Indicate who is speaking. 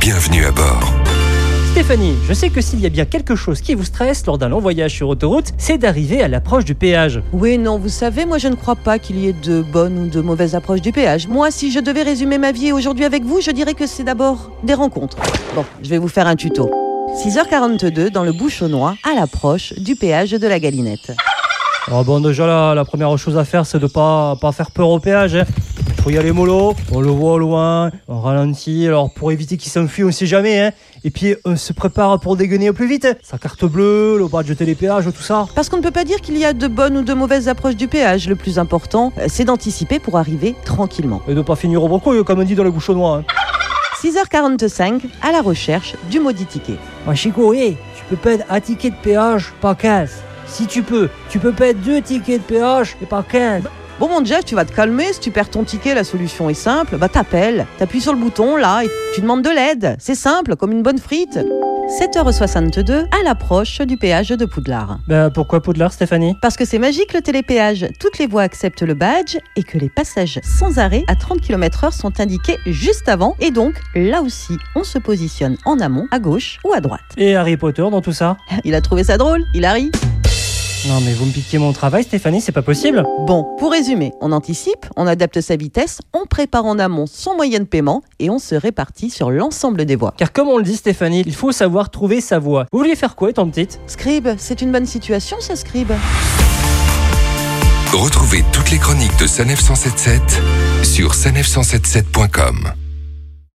Speaker 1: Bienvenue à bord.
Speaker 2: Stéphanie, je sais que s'il y a bien quelque chose qui vous stresse lors d'un long voyage sur autoroute, c'est d'arriver à l'approche du péage.
Speaker 3: Oui, non, vous savez, moi je ne crois pas qu'il y ait de bonnes ou de mauvaises approches du péage. Moi, si je devais résumer ma vie aujourd'hui avec vous, je dirais que c'est d'abord des rencontres. Bon, je vais vous faire un tuto. 6h42 dans le Bouchonnois, à l'approche du péage de la Galinette.
Speaker 2: Ah bon, déjà là, la première chose à faire, c'est de pas pas faire peur au péage. hein. Faut y aller mollo, on le voit au loin, on ralentit, alors pour éviter qu'il s'enfuit, on sait jamais. Hein. Et puis on se prépare pour dégainer au plus vite. hein. Sa carte bleue, le bas de jeter les péages, tout ça.
Speaker 3: Parce qu'on ne peut pas dire qu'il y a de bonnes ou de mauvaises approches du péage. Le plus important, euh, c'est d'anticiper pour arriver tranquillement.
Speaker 2: Et de pas finir au brocouille, comme on dit dans le bouchonnois. Hein.
Speaker 3: 6h45, à la recherche du maudit ticket.
Speaker 2: Ah, Chico, hé, tu peux pas être un ticket de péage, pas 15. Si tu peux, tu peux pas être deux tickets de péage et pas 15.
Speaker 3: Bon, mon Jeff, tu vas te calmer. Si tu perds ton ticket, la solution est simple. Bah, t'appelles, t'appuies sur le bouton là et tu demandes de l'aide. C'est simple, comme une bonne frite. 7h62 à l'approche du péage de Poudlard.
Speaker 2: Ben pourquoi Poudlard, Stéphanie
Speaker 3: Parce que c'est magique le télépéage, toutes les voies acceptent le badge et que les passages sans arrêt à 30 km/h sont indiqués juste avant et donc là aussi on se positionne en amont, à gauche ou à droite.
Speaker 2: Et Harry Potter dans tout ça
Speaker 3: Il a trouvé ça drôle, il a ri.
Speaker 2: Non mais vous me piquez mon travail, Stéphanie, c'est pas possible.
Speaker 3: Bon, pour résumer, on anticipe, on adapte sa vitesse, on prépare en amont son moyen de paiement et on se répartit sur l'ensemble des voies.
Speaker 2: Car comme on le dit Stéphanie, il faut savoir trouver sa voie. Vous vouliez faire quoi étant petite
Speaker 3: Scribe, c'est une bonne situation ça Scribe
Speaker 1: Retrouvez toutes les chroniques de Sanef 177 sur sanef177.com.